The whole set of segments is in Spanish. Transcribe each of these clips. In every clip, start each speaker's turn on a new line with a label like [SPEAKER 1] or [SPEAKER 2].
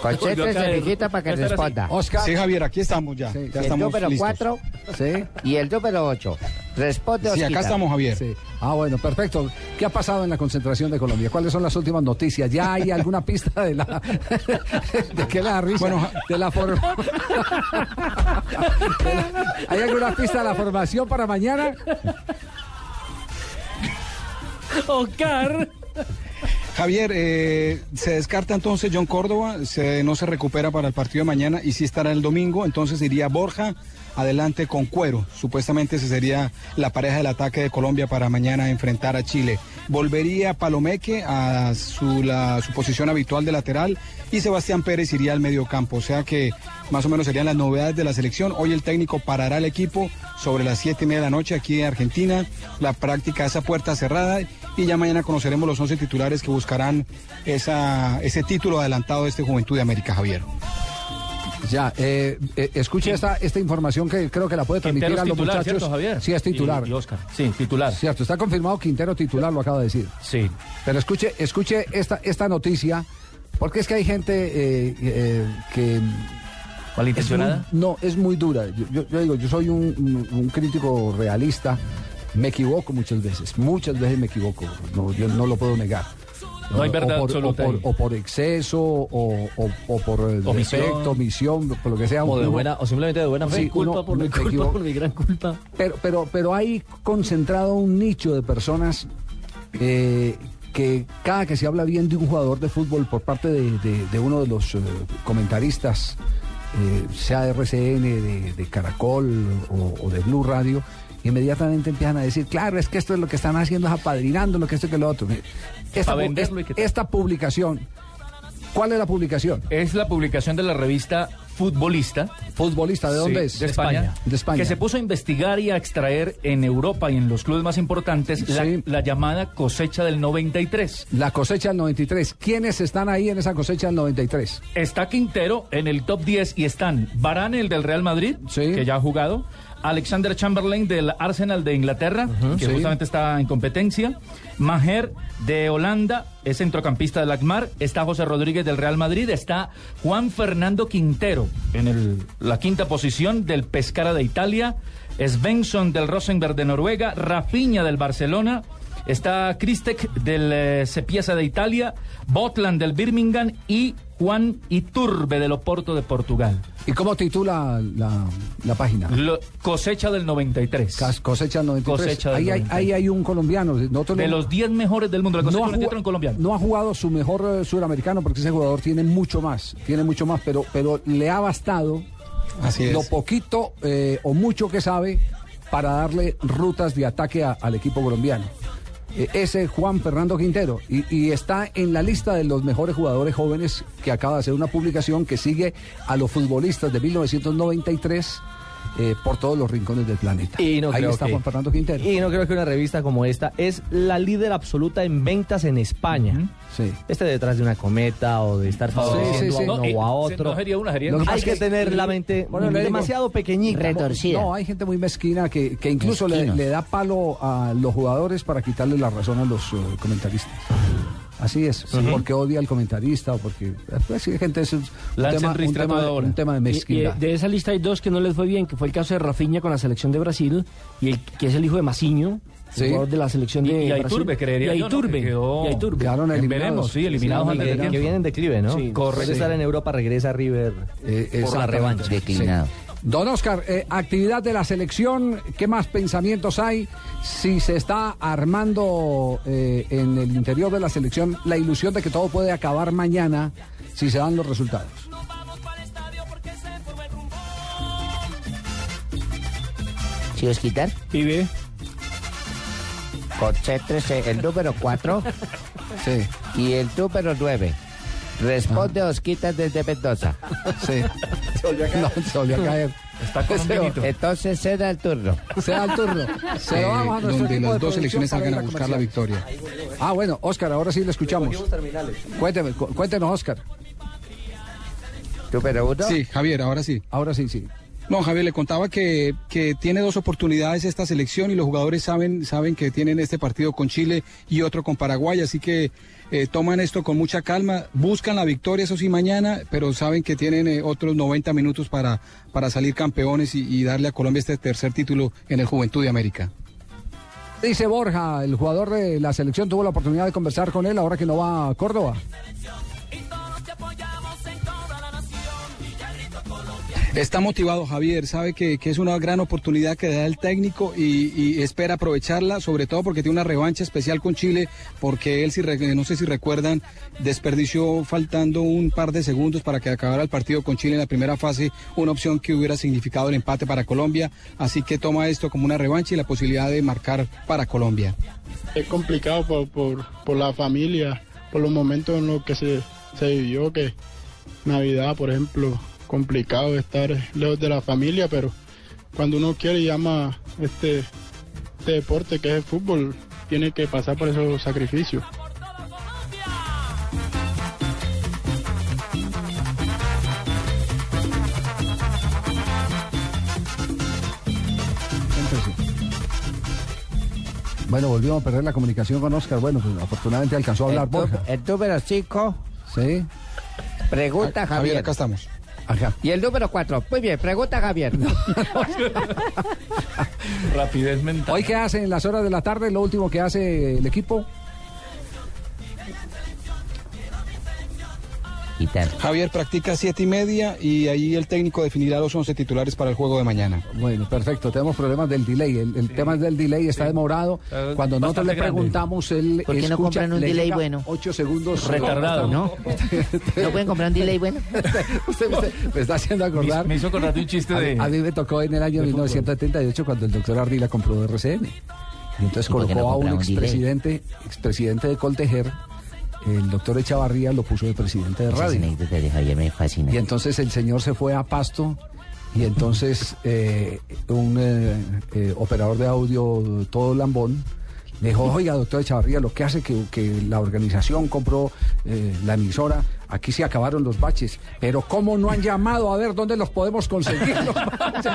[SPEAKER 1] concéntrese, mijito, para que responda. Oscar,
[SPEAKER 2] Sí, Javier, aquí estamos ya.
[SPEAKER 1] sí,
[SPEAKER 2] ya
[SPEAKER 1] el
[SPEAKER 2] estamos
[SPEAKER 1] número
[SPEAKER 2] listos.
[SPEAKER 1] 4 sí, y el número 8. Responde,
[SPEAKER 2] Sí,
[SPEAKER 1] Oscar.
[SPEAKER 2] acá estamos, Javier.
[SPEAKER 3] Sí. Ah, bueno, perfecto. ¿Qué ha pasado en la concentración de Colombia? ¿Cuáles son las últimas noticias? ¿Ya hay alguna pista de la... ¿De qué la risa?
[SPEAKER 2] Bueno, ja-
[SPEAKER 3] de la forma... ¿Hay alguna pista de la formación para mañana?
[SPEAKER 4] Oscar.
[SPEAKER 2] Javier, eh, se descarta entonces John Córdoba, se- no se recupera para el partido de mañana y sí estará el domingo, entonces iría Borja adelante con Cuero. Supuestamente esa sería la pareja del ataque de Colombia para mañana enfrentar a Chile. Volvería Palomeque a su, la- su posición habitual de lateral y Sebastián Pérez iría al medio campo. O sea que más o menos serían las novedades de la selección. Hoy el técnico parará el equipo sobre las 7 y media de la noche aquí en Argentina. La práctica es a puerta cerrada y ya mañana conoceremos los 11 titulares que buscarán esa, ese título adelantado de este Juventud de América, Javier.
[SPEAKER 3] Ya, eh, eh, escuche esta, esta información que creo que la puede transmitir
[SPEAKER 4] Quintero
[SPEAKER 3] a
[SPEAKER 4] es
[SPEAKER 3] los
[SPEAKER 4] titular,
[SPEAKER 3] muchachos.
[SPEAKER 4] ¿cierto, Javier?
[SPEAKER 3] Sí, es titular.
[SPEAKER 4] Y, y Oscar. Sí, titular. Sí.
[SPEAKER 3] Cierto, está confirmado Quintero titular, lo acaba de decir. Pero escuche, escuche esta, esta noticia, porque es que hay gente eh, eh, que Es muy-
[SPEAKER 4] ¿Malintencionada?
[SPEAKER 3] no, es muy dura. Yo, yo- yo digo, yo soy un, un- un crítico realista. Me equivoco muchas veces, muchas veces me equivoco. No, yo no lo puedo negar.
[SPEAKER 4] No hay
[SPEAKER 3] O-
[SPEAKER 4] verdad
[SPEAKER 3] o por,
[SPEAKER 4] absoluta
[SPEAKER 3] O por,
[SPEAKER 4] ahí.
[SPEAKER 3] o por exceso, o, o- o por eh,
[SPEAKER 4] Omisión.
[SPEAKER 3] defecto, omisión, por lo que sea.
[SPEAKER 5] O, de
[SPEAKER 3] uno-
[SPEAKER 5] buena, o simplemente de buena fe.
[SPEAKER 3] Sí,
[SPEAKER 4] culpa
[SPEAKER 3] uno-
[SPEAKER 4] por mi
[SPEAKER 3] uno se
[SPEAKER 4] culpa,
[SPEAKER 3] equivoca.
[SPEAKER 4] por mi gran culpa.
[SPEAKER 3] Pero, pero, pero hay concentrado un nicho de personas eh, que cada que se habla bien de un jugador de fútbol por parte de, de- de uno de los eh, comentaristas, eh, sea de RCN, de, de Caracol o, o de Blue Radio, inmediatamente empiezan a decir, claro, es que esto es lo que están haciendo, es apadrinando, lo que esto y que lo otro. Mire, Esta,
[SPEAKER 4] Pa'
[SPEAKER 3] pu-
[SPEAKER 4] venderlo y que tal.
[SPEAKER 3] esta publicación, ¿cuál es la publicación?
[SPEAKER 5] Es la publicación de la revista Futbolista.
[SPEAKER 3] Futbolista, ¿de
[SPEAKER 5] Sí,
[SPEAKER 3] dónde es?
[SPEAKER 5] De España.
[SPEAKER 3] De España.
[SPEAKER 5] Que se puso a investigar y a extraer en Europa y en los clubes más importantes la,
[SPEAKER 3] Sí.
[SPEAKER 5] la llamada cosecha del 93.
[SPEAKER 3] La cosecha del 93. ¿Quiénes están ahí en esa cosecha del 93?
[SPEAKER 5] Está Quintero en el top 10 y están Varane, el del Real Madrid,
[SPEAKER 3] Sí.
[SPEAKER 5] que ya ha jugado, Alexander Chamberlain del Arsenal de Inglaterra, que
[SPEAKER 3] sí.
[SPEAKER 5] justamente está en competencia, Maher de Holanda, es centrocampista del ACMAR, está José Rodríguez del Real Madrid, está Juan Fernando Quintero en el- la quinta posición del Pescara de Italia, Svensson del Rosenberg de Noruega, Rafinha del Barcelona, Está Kristek del eh, Sepieza de Italia, Botland del Birmingham y Juan Iturbe del Oporto de Portugal.
[SPEAKER 3] ¿Y cómo titula la, la página?
[SPEAKER 5] Lo- cosecha del 93.
[SPEAKER 3] Cas- Cosecha del 93.
[SPEAKER 5] Cosecha del
[SPEAKER 3] ahí, hay,
[SPEAKER 5] 93.
[SPEAKER 3] ahí hay un colombiano. Nosotros
[SPEAKER 5] de
[SPEAKER 3] no-
[SPEAKER 5] los 10 mejores del mundo. La cosecha
[SPEAKER 3] no ha,
[SPEAKER 5] del 93 en
[SPEAKER 3] jugado,
[SPEAKER 5] colombiano.
[SPEAKER 3] no ha jugado su mejor eh, suramericano porque ese jugador tiene mucho más. Tiene mucho más, pero, pero le ha bastado
[SPEAKER 2] Así es.
[SPEAKER 3] lo poquito eh, o mucho que sabe para darle rutas de ataque a- al equipo colombiano. Eh, Ese Juan Fernando Quintero y, y está en la lista de los mejores jugadores jóvenes que acaba de hacer una publicación que sigue a los futbolistas de 1993 eh, por todos los rincones del planeta.
[SPEAKER 6] Y no
[SPEAKER 3] Ahí
[SPEAKER 6] creo
[SPEAKER 3] está
[SPEAKER 6] que-
[SPEAKER 3] Juan Fernando Quintero.
[SPEAKER 6] Y no creo que una revista como esta es la líder absoluta en ventas en España.
[SPEAKER 3] Sí.
[SPEAKER 6] Este detrás de una cometa o de estar favoreciendo
[SPEAKER 3] sí, sí.
[SPEAKER 6] a uno
[SPEAKER 5] eh,
[SPEAKER 6] o a
[SPEAKER 5] se- no
[SPEAKER 6] otro.
[SPEAKER 5] sería una, sería
[SPEAKER 3] Lo que
[SPEAKER 5] otra.
[SPEAKER 3] pasa
[SPEAKER 6] Hay
[SPEAKER 3] es
[SPEAKER 6] que tener la mente
[SPEAKER 3] Bueno, le digo-
[SPEAKER 6] demasiado pequeñita.
[SPEAKER 1] Retorcida.
[SPEAKER 3] No, hay gente muy mezquina que, que incluso le,
[SPEAKER 1] Mezquinos.
[SPEAKER 3] le da palo a los jugadores para quitarle la razón a los eh, comentaristas. Así es, porque odia al comentarista o porque... Pues, sí, gente, eso es un
[SPEAKER 5] Lancen
[SPEAKER 3] tema, un,
[SPEAKER 5] ristrato
[SPEAKER 3] tema, de-
[SPEAKER 5] ahora.
[SPEAKER 3] un tema de
[SPEAKER 4] Y- y
[SPEAKER 3] mezquindad.
[SPEAKER 4] de esa lista hay dos que no les fue bien, que fue el caso de Rafinha con la selección de Brasil y el que es el hijo de Maciño,
[SPEAKER 3] Sí.
[SPEAKER 4] el jugador de la selección
[SPEAKER 5] Y-
[SPEAKER 4] de
[SPEAKER 5] y a
[SPEAKER 4] Brasil.
[SPEAKER 5] Iturbe, creería
[SPEAKER 4] y
[SPEAKER 5] yo,
[SPEAKER 4] a
[SPEAKER 5] ¿no?
[SPEAKER 4] Iturbe,
[SPEAKER 5] Que quedó-
[SPEAKER 4] y a Iturbe.
[SPEAKER 3] Quedaron eliminados.
[SPEAKER 5] Veremos, sí, eliminados
[SPEAKER 3] Sí,
[SPEAKER 5] antes
[SPEAKER 6] Que,
[SPEAKER 5] de
[SPEAKER 6] que
[SPEAKER 5] tiempo.
[SPEAKER 6] vienen en declive, ¿no?
[SPEAKER 4] Sí.
[SPEAKER 6] Correcto.
[SPEAKER 5] Sí.
[SPEAKER 6] estar en Europa, regresa a
[SPEAKER 3] Eh,
[SPEAKER 6] River. por la
[SPEAKER 3] exactamente.
[SPEAKER 6] revancha.
[SPEAKER 1] Declinado.
[SPEAKER 3] Don Oscar, eh, actividad de la selección, ¿qué más pensamientos hay? Si se está armando eh, en el interior de la selección la ilusión de que todo puede acabar mañana si se dan los resultados.
[SPEAKER 1] ¿Sí os quitar?
[SPEAKER 4] Y ve,
[SPEAKER 1] Concéntrese el número 4
[SPEAKER 3] Sí.
[SPEAKER 1] y el número 9. Responde Osquitas desde Mendoza.
[SPEAKER 3] Sí.
[SPEAKER 1] Se volvió a
[SPEAKER 3] No, se volvió a caer.
[SPEAKER 5] Está con un vinito.
[SPEAKER 1] Entonces se da el turno.
[SPEAKER 3] Se da el turno. Se
[SPEAKER 2] eh,
[SPEAKER 3] lo vamos a nuestro equipo
[SPEAKER 2] donde
[SPEAKER 3] de
[SPEAKER 2] las
[SPEAKER 3] producción
[SPEAKER 2] dos selecciones
[SPEAKER 3] para
[SPEAKER 2] salgan
[SPEAKER 3] ir
[SPEAKER 2] a buscar la
[SPEAKER 3] comercial.
[SPEAKER 2] victoria.
[SPEAKER 3] Ah, bueno, Oscar, ahora sí le escuchamos. Cuénteme, cu- cuéntenos, Oscar.
[SPEAKER 1] Número uno.
[SPEAKER 2] Sí, Javier, ahora sí.
[SPEAKER 3] Ahora sí, sí.
[SPEAKER 2] No, Javier, le contaba que, que tiene dos oportunidades esta selección y los jugadores saben, saben que tienen este partido con Chile y otro con Paraguay, así que eh, toman esto con mucha calma, buscan la victoria, eso sí, mañana, pero saben que tienen eh, otros 90 minutos para, para salir campeones y, y darle a Colombia este tercer título en el Juventud de América.
[SPEAKER 3] Dice Borja, el jugador de la selección tuvo la oportunidad de conversar con él ahora que no va a Córdoba.
[SPEAKER 2] Está motivado Javier, sabe que, que es una gran oportunidad que le da el técnico y, y espera aprovecharla, sobre todo porque tiene una revancha especial con Chile, porque él, si re- eh, no sé si recuerdan, desperdició faltando un par de segundos para que acabara el partido con Chile en la primera fase, una opción que hubiera significado el empate para Colombia, así que toma esto como una revancha y la posibilidad de marcar para Colombia.
[SPEAKER 7] Es complicado por, por, por la familia, por los momentos en los que se, se vivió, que Navidad, por ejemplo, complicado estar lejos de la familia, pero cuando uno quiere y ama este, este deporte que es el fútbol, tiene que pasar por esos sacrificios.
[SPEAKER 3] Bueno, volvimos a perder la comunicación con Oscar. Bueno, pues, afortunadamente alcanzó a
[SPEAKER 1] El,
[SPEAKER 3] hablar
[SPEAKER 1] tu-
[SPEAKER 3] Borja.
[SPEAKER 1] el número cinco.
[SPEAKER 3] Sí.
[SPEAKER 1] Pregunta
[SPEAKER 8] Ah,
[SPEAKER 1] Javier.
[SPEAKER 2] acá estamos.
[SPEAKER 3] Ajá.
[SPEAKER 1] Y el número cuatro. Muy bien, pregunta Javier.
[SPEAKER 5] Rapidez mental.
[SPEAKER 3] Hoy, ¿qué hace en las horas de la tarde? Lo último que hace el equipo.
[SPEAKER 1] Y tal.
[SPEAKER 2] Javier practica siete y media y ahí el técnico definirá los 11 titulares para el juego de mañana.
[SPEAKER 3] Bueno, perfecto. Tenemos problemas del delay. El, el tema del delay está demorado.
[SPEAKER 5] Está
[SPEAKER 3] Cuando nosotros
[SPEAKER 5] bastante
[SPEAKER 3] le
[SPEAKER 5] grande.
[SPEAKER 3] preguntamos, él
[SPEAKER 9] ¿Por qué no
[SPEAKER 3] escucha,
[SPEAKER 9] compran un
[SPEAKER 3] le
[SPEAKER 9] delay
[SPEAKER 3] llega
[SPEAKER 9] bueno?
[SPEAKER 3] Ocho segundos.
[SPEAKER 5] Retardado.
[SPEAKER 9] ¿No? ¿No pueden comprar un delay bueno?
[SPEAKER 3] Usted, usted me está haciendo
[SPEAKER 5] Me,
[SPEAKER 3] acordar.
[SPEAKER 5] me hizo acordar de un chiste
[SPEAKER 3] A, mí- a
[SPEAKER 5] de.
[SPEAKER 3] mí me tocó en el año 1978 cuando el doctor Ardila compró RCN. Y entonces
[SPEAKER 9] ¿Y por qué
[SPEAKER 3] colocó
[SPEAKER 9] no
[SPEAKER 3] a un
[SPEAKER 9] compraba un
[SPEAKER 3] expresidente, expresidente de Coltejer, el doctor Echavarría lo puso de presidente de
[SPEAKER 9] Esas
[SPEAKER 3] radio.
[SPEAKER 9] anécdotas de Javier me fascinan.
[SPEAKER 3] Y entonces el señor se fue a Pasto y entonces eh, un eh, eh, operador de audio todo lambón le dijo, oiga, doctor Echavarría, lo que hace que, que la organización compró eh, la emisora, aquí se acabaron los baches, pero ¿cómo no han llamado a ver dónde los podemos conseguir? los baches?"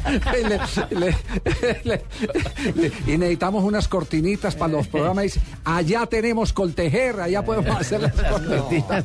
[SPEAKER 3] Y le- le- le- le- y necesitamos unas cortinitas para los programas. y dice, allá tenemos coltejer, allá podemos hacer las cortinitas.